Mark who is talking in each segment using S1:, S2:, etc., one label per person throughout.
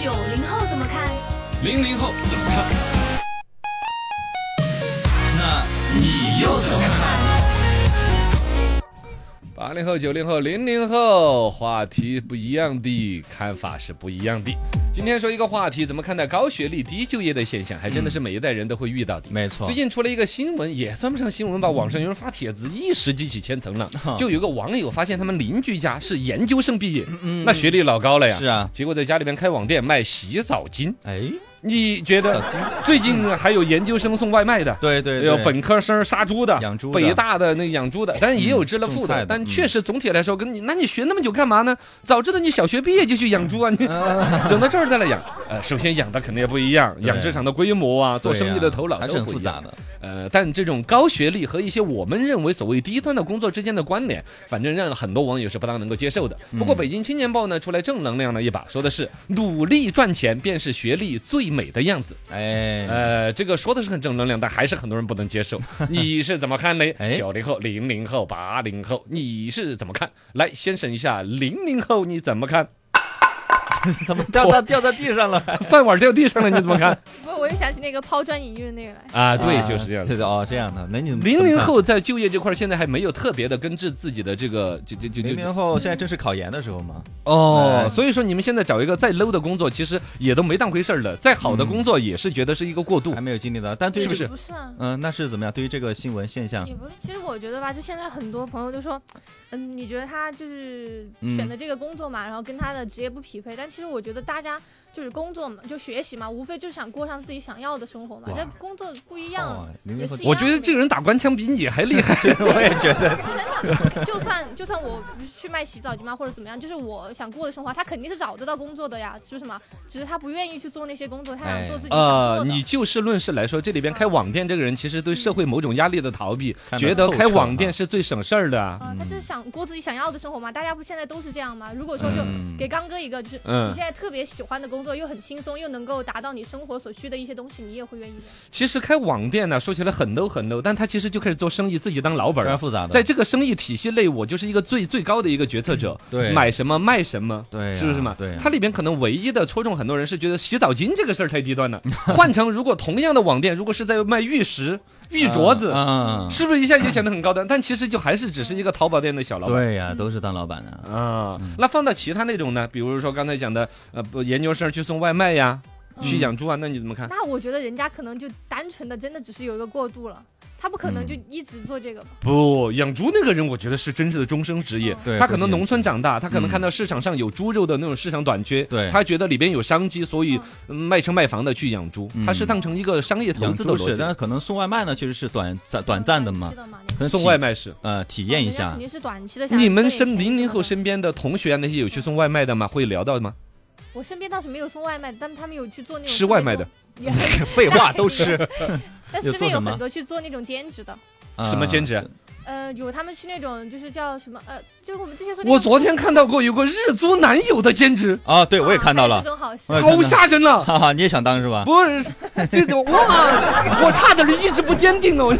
S1: 九零后怎么看？
S2: 零零后怎么看？那你又怎么看？八零后、九零后、零零后，话题不一样的，看法是不一样的。今天说一个话题，怎么看待高学历低就业的现象，还真的是每一代人都会遇到的。
S3: 没错
S2: 最，近出了一个新闻，也算不上新闻吧，网上有人发帖子，一石激起千 层浪。就有一个网友发现他们邻居家是研究生毕业，
S3: 嗯
S2: 那学历老高了呀。
S3: 是啊，
S2: 结果在家里面开网店卖洗澡巾，
S3: 哎，
S2: 你觉得
S3: 小金，
S2: 最近还有研究生送外卖的，
S3: 对对
S2: 有
S3: 对，
S2: 哎本科生杀猪的，
S3: 养猪的
S2: 北大的那养猪的，但也有致了富
S3: 种菜
S2: 的，
S3: 的
S2: 但
S3: 嗯
S2: 确实总体来说，跟你那你学那么久干嘛呢？早知道你小学毕业就去养猪啊， 你整到这儿再来养。呃，首先养的肯定也不一样，
S3: 对
S2: 养殖场的规模啊，做
S3: 对呀
S2: 生意的头脑
S3: 还
S2: 都
S3: 是很
S2: 不
S3: 复
S2: 一样
S3: 杂的。
S2: 呃，但这种高学历和一些我们认为所谓低端的工作之间的关联，反正让很多网友是不大能够接受的。不过，《北京青年报》呢出来正能量了一把，说的是努力赚钱便是学历最美的样子。
S3: 哎，
S2: 呃，这个说的是很正能量，但还是很多人不能接 受。你是怎么看嘞？
S3: 哎
S2: 九零后、零零后、八零后，你是怎么看？来，先审一下零零后你怎么看？
S3: 怎么掉到掉到地上了？
S2: 饭碗掉地上了，你怎么看？
S4: 不，我又想起那个抛砖引玉那个来。
S2: 啊，对，就是这样
S3: 对。对哦，这样的，那你怎么
S2: 零零，后在就业这块儿，现在还没有特别的根治自己的这个，就就就哎
S3: 零
S2: 就
S3: 零后现在正是考研的时候嘛，
S2: 哦
S3: 哎，
S2: 所以说你们现在找一个再 low 的工作，其实也都没当回事儿了。再好的
S3: 嗯
S2: 工作也是觉得是一个过渡
S3: 还。没有经历到，但对于
S2: 是不
S3: 这
S2: 嗯是啊
S3: 个，
S4: 不是啊，
S3: 嗯，那是怎么样？对于这个新闻现象，
S4: 也不是。其实我觉得吧，就现在很多朋友就说，嗯，你觉得他就是
S3: 嗯
S4: 选的这个工作嘛，然后跟他的职业不匹配。但其实我觉得大家就是工作嘛，就学习嘛，无非就是想过上自己想要的生活嘛。
S2: 哇
S4: 这工作不一样，
S3: 哦，零零后
S4: 也是
S2: 我觉得这个人打官腔比你还厉害。
S3: 我也觉 得，
S4: 真的，就算就算我去卖洗澡巾嘛，或者怎么样，就是我想过的生活，他肯定是找得到工作的呀，是不是嘛？只是他不愿意去做那些工作，他想做自己想
S2: 呃
S4: 做，的。
S2: 你就事论事来说，这里边开网店这个人，其实对社会某种压力的逃避，
S3: 看得
S2: 觉得
S3: 嗯透彻嗯
S2: 开网店
S3: 啊
S2: 是最省事儿的啊。
S4: 啊，他就是想过自己想要的生活嘛。大家不现在都是这样吗？如果说就
S3: 嗯
S4: 给刚哥一个，就是
S2: 嗯
S4: 你现在特别喜欢的工作，又很轻松，又能够达到你生活所需的一些东西，你也会愿意的。
S2: 其实开网店呢，说起来很 low 很 low，但他其实就开始做生意，自己当老板
S3: 非常
S2: 了。
S3: 复杂的，
S2: 在这个生意体系内，我就是一个最最高的一个决策者，
S3: 嗯对
S2: 买什么卖什么。
S3: 对呀
S2: 是不是嘛？
S3: 对呀，
S2: 它里边可能唯一的戳中很多人是觉得洗澡巾这个事儿太极端
S3: 嗯
S2: 了。换成如果同样的网店，如果是在卖玉石、玉镯子，
S3: 嗯，嗯
S2: 是不是一下就显得很高端？但其实就还是只是一个淘宝店的小老板。
S3: 对呀，都是当老板的，
S2: 啊，那放到其他那种呢？比如说刚才讲的，呃，不，研究生去送外卖呀，
S3: 嗯
S2: 去养猪啊，那你怎么看？
S4: 嗯那我觉得人家可能就单纯的，真的只是有一个过渡了，他不可能
S2: 嗯
S4: 就一直做这个吧。
S2: 不，养猪那个人，我觉得是真正的终生职业
S4: 哦。
S3: 对
S2: 他可能
S3: 会
S2: 农村长大，他可
S3: 嗯
S2: 能看到市场上有猪肉的那种市场短缺，
S3: 对
S2: 他觉得里边有商机，所以嗯卖车卖房的去养猪，
S3: 嗯
S2: 他是当成一个商业投
S3: 养
S2: 资的
S3: 猪
S2: 逻
S3: 是，但
S2: 辑。
S3: 是可能送外卖呢，确实是短暂短暂的嘛
S4: 吃，的嘛那个
S3: 可能
S2: 送
S3: 体
S2: 外卖是。
S3: 呃体验一
S4: 人家
S3: 下
S4: 肯，定是短期的想。
S2: 你们
S4: 挣
S2: 身
S4: 点钱
S2: 零零
S4: 什么
S2: 后
S4: 的，
S2: 身边的同学啊，那些有去送外卖的吗？会聊到吗？
S4: 我身边倒是没有送外卖的，但他们有去做那种
S2: 吃外卖的，
S4: 也
S3: 废话都吃，
S4: 但
S3: 有
S4: 身
S3: 做
S4: 边有
S3: 什么
S4: 很多去做那种兼职的。
S3: 啊
S2: 什么兼
S3: 职？
S2: 职？啊
S4: 呃，有他们去那种就是叫什么呃，就是我们之前说那
S2: 我
S4: 种
S2: 昨天看到过有个日租男友的兼职，
S3: 啊，对我也
S4: 啊
S3: 看
S4: 还有
S3: 到了
S4: 这，种好事
S3: 我，也看
S2: 好
S3: 到
S2: 吓人啊呐！
S3: 哈哈，你也想当是吧？
S2: 不是，这个哇，我差点意志不坚定了。啊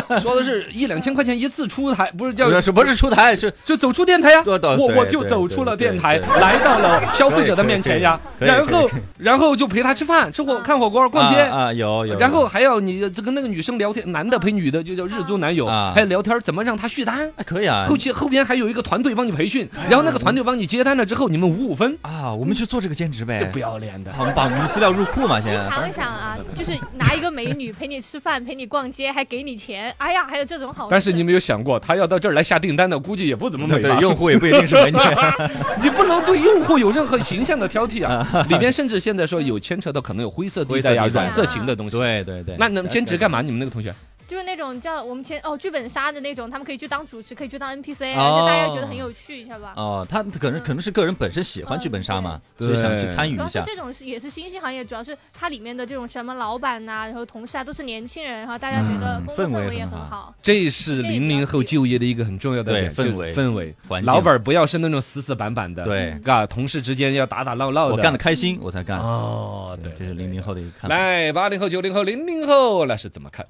S2: 我 这说的是一两千块钱一次出台，不是叫
S3: 是不是出台是
S2: 就走出电台呀？啊
S3: 对对
S2: 我
S3: 对
S2: 我就
S3: 对
S2: 走
S3: 对
S2: 出了
S3: 对
S2: 电台，
S3: 对对
S2: 来到了消费者的面前呀。
S3: 可以可以
S2: 然后
S3: 可以
S2: 然后就陪他吃饭、吃火、
S4: 啊
S2: 看火锅、逛街。
S3: 啊啊有有，
S2: 然后还要你这跟那个女生聊天，男的陪女的就叫日租男友，
S3: 啊
S2: 还有聊天怎么让他续单，
S3: 哎可以啊哎
S2: 后期后边还有一个团队帮你培训，然后那个团队帮你接单了之后，你们五五分，
S3: 啊，我们去做这个兼职呗，
S2: 这不要脸的。
S3: 好，我们把我们的资料入库嘛，
S4: 你
S3: 先。
S4: 想一想啊，就是拿一个美女陪你吃饭，陪你逛街，还给你钱，哎呀，还有这种好事。
S2: 但是你没有想过，他要到这儿来下订单的，估计也不怎么美
S3: 对
S2: 吧
S3: 对，？用户也不一定是美女，
S2: 你不能对用户有任何形象的挑剔啊！里边甚至现在说有牵扯到可能有灰色地带呀、
S3: 灰色地带啊
S2: 软色情的东 西。，
S3: 对对对。
S2: 那能兼职干嘛？你们那个同学
S4: 就是那种叫我们前哦剧本杀的那种，他们可以去当主持，可以去当 NPC，
S3: 哦
S4: 而且大家觉得很有趣，晓得吧？
S3: 哦，他可能可能是个人本身喜欢剧本杀嘛，
S2: 嗯对
S3: 所以想去参与
S4: 主要
S3: 一
S4: 是
S3: 下。
S4: 这种是也是新兴行业，主要是它里面的这种什么老板呐、然后同事啊，都是年轻人，然后大家觉得
S3: 嗯
S4: 工作
S3: 氛围
S4: 氛围也
S3: 很
S4: 很
S3: 好
S4: 好。
S2: 这是零零后就业的一个很重要的
S3: 对
S2: 点
S3: 氛
S2: 就是
S3: 围
S2: 氛围
S3: 环境
S2: 老板不要是那种死死板板的，
S3: 对，
S2: 啊，同事之间要打打闹闹的。
S3: 我干的开心，我才干。
S2: 哦，对，
S3: 这是零零后的一个看法。
S2: 来，八零后、九零后、零零 后那是怎么看？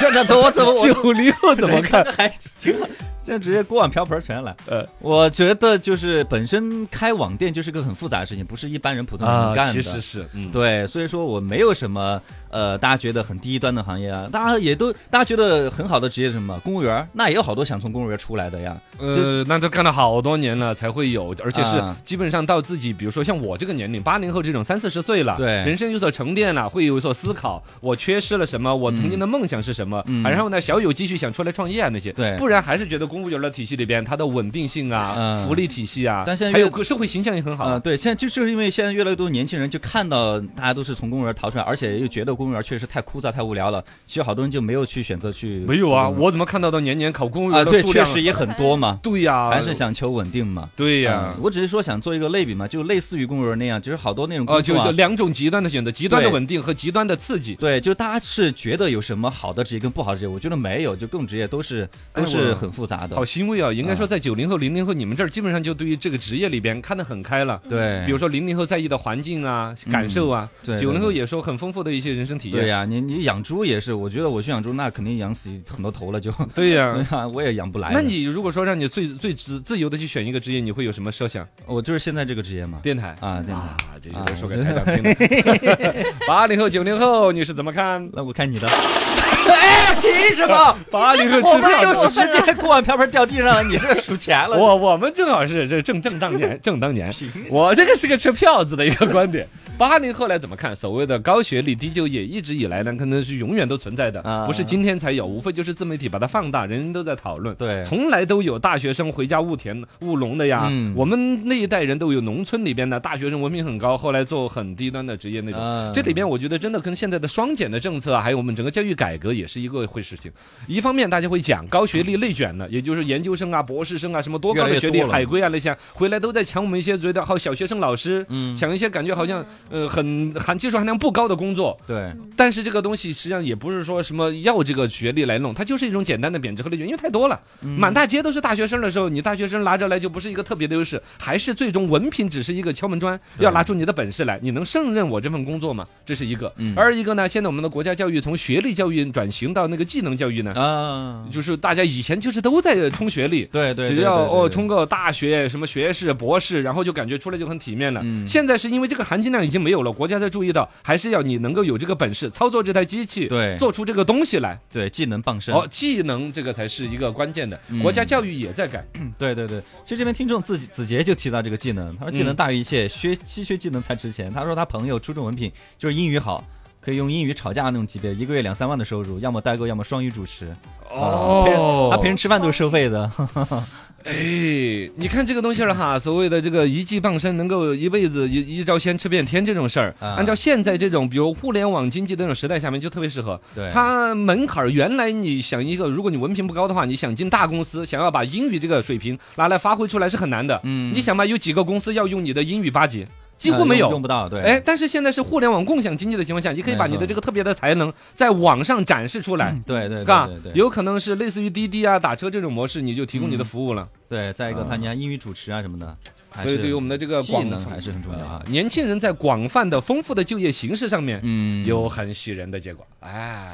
S3: 站站走，我走 哎
S2: 九零后怎么看？
S3: 还挺好，现在直接锅碗瓢盆全来。
S2: 呃，
S3: 我觉得就是本身开网店就是个很复杂的事情，不是一般人普通人能干的。
S2: 啊其实是，嗯，
S3: 对，所以说我没有什么呃，大家觉得很低端的行业啊，大家也都大家觉得很好的职业是什么？公务员儿，那也有好多想从公务员儿出来的呀。
S2: 呃，那都干了好多年了才会有，而且是
S3: 啊
S2: 基本上到自己，比如说像我这个年龄，八零后这种三四十岁了，
S3: 对
S2: 人生有所沉淀了，会有所思考，我缺失了什么，我曾经的梦想是什么，
S3: 嗯
S2: 啊然后呢，小有积蓄想出来创业啊那些，
S3: 对
S2: 不然还是觉得公务员的体系里边它的稳定性啊、
S3: 嗯
S2: 福利体系啊，
S3: 但现在
S2: 还有
S3: 越
S2: 个社会形象也很好
S3: 啊、
S2: 啊，
S3: 对，现在就就是因为现在越来越多年轻人就看到大家都是从公务员逃出来，而且又觉得公务员确实太枯燥、太无聊了，其实好多人就没有去选择去
S2: 没有啊，
S3: 公务员
S2: 我怎么看到的年年考公务
S3: 呃嗯啊，
S2: 员的
S3: 对，
S2: 数
S3: 确
S2: 量？啊
S3: 实也很多嘛，
S2: 对呀，
S3: 还是想求稳定嘛。
S2: 对呀
S3: 嗯，我只是说想做一个类比嘛，就类似于公务员那样，就是好多那种
S2: 哦，
S3: 工
S2: 就
S3: 作啊、
S2: 就两种极端的选择，极端的
S3: 对
S2: 稳定和极端的刺激。
S3: 对，就大家是觉得有什么好的职业跟不好的职业，我觉得没有，就各种职业都是
S2: 哎
S3: 都是
S2: 我
S3: 很复杂的。
S2: 好欣慰啊！应该说，在九零后、零零后，你们这儿基本上就对于这个职业里边看得很开了。
S3: 对，
S2: 比如说零零后在意的环境啊、
S3: 嗯
S2: 感受啊，
S3: 对
S2: 九零后
S3: 对对
S2: 也说很丰富的一些人生体
S3: 对
S2: 验。
S3: 呀、你你养猪也是，我觉得我去养猪那肯定养死很多头了就，
S2: 对
S3: 对
S2: 呀，
S3: 呀、我也养不来的。
S2: 啊那你如果说让你最最自自由的去选一个职业，你会有什么设想？
S3: 我就是现在这个职业嘛？
S2: 电台
S3: 啊，对。
S2: 啊，这些都说给大家听的。 八零后、九零后，你是怎么看？
S3: 那我看 你的。哎，凭什 么？
S2: 八零后
S3: 我
S2: 吃
S3: 们
S2: 票
S3: 就
S2: 多
S3: 是直接锅碗瓢盆掉地上了，你这数钱了。
S2: 我我们正好是这正正当 年，正当年，我这个是个吃票子的一个观点。八零后来怎么看？所谓的高学历低就业，一直以来呢，可能是永远都存在的，
S3: 啊
S2: 不是今天才有，无非就是自媒体把它放大，人人都在讨论。
S3: 对
S2: 从来都有大学生回家务田务农的呀。
S3: 嗯
S2: 我们那一代人都有农村里边的大学生文凭很高，后来做很低端的职业那种。
S3: 啊
S2: 这里边我觉得真的跟现在的双减的政策啊，还有我们整个教育改革也是一个回事情。一方面大家会讲高学历内卷的，也就是研究生啊、博士生啊什么多。多高的学历、
S3: 越来越多了
S2: 海归啊那些，回来都在抢我们一些觉得好小学生老师，
S3: 嗯
S2: 抢一些感觉好像呃很含技术含量不高的工作。
S3: 对，
S2: 但是这个东西实际上也不是说什么要这个学历来弄，它就是一种简单的贬值和内卷，因为太多了，
S3: 嗯
S2: 满大街都是大学生的时候，你大学生拿着来就不是一个特别的优势，还是最终文凭只是一个敲门砖，
S3: 对
S2: 要拿出你的本事来，你能胜任我这份工作吗？这是一个
S3: 嗯。
S2: 二一个呢，现在我们的国家教育从学历教育转型到那个技能教育呢，
S3: 啊，
S2: 就是大家以前就是都在冲学历，
S3: 对对，
S2: 只
S3: 对
S2: 要哦，
S3: 对
S2: 冲个大学什么学士、博士，然后就感觉出来就很体面了。
S3: 嗯
S2: 现在是因为这个含金量已经没有了，国家在注意到，还是要你能够有这个本事操作这台机器，
S3: 对
S2: 做出这个东西来。
S3: 对技能傍身。
S2: 哦，技能这个才是一个关键的，
S3: 嗯
S2: 国家教育也在改。
S3: 对对对，其实这边听众自己子杰就提到这个技能，
S2: 嗯
S3: 他说技能大于一切，学稀缺技能才值钱。他说他朋友初中文凭就是英语好，可以用英语吵架那种级别，一个月两三万的收入，要么代购，要么双语主持。
S2: 哦
S3: 啊他平时吃饭都是收费的。
S2: 哎，你看这个东西儿哈，所谓的这个一技傍身，能够一辈子一一招鲜吃遍天这种事儿，
S3: 啊
S2: 按照现在这种比如互联网经济这种时代下面，就特别适合。
S3: 对
S2: 它门槛儿原来你想一个，如果你文凭不高的话，你想进大公司，想要把英语这个水平拿来发挥出来是很难的。
S3: 嗯
S2: 你想嘛，有几个公司要用你的英语八级？几乎
S3: 啊
S2: 没有
S3: 用，用不到。对，
S2: 哎，但是现在是互联网共享经济的情况下，你可以把
S3: 没错
S2: 你的这个特别的才能在网上展示出来，
S3: 对，对对
S2: 嘎
S3: 对，对对，
S2: 有可能是类似于滴滴啊、打车这种模式，你就提供你的服务了。
S3: 对，再一个他你看英语主持啊什么的，还
S2: 所以
S3: 是
S2: 对于我们的这个
S3: 技
S2: 广
S3: 能
S2: 泛
S3: 还是很重要
S2: 啊
S3: 啊。
S2: 年轻人在广泛的、丰富的就业形势上面，
S3: 嗯，
S2: 有很喜人的结果。哎，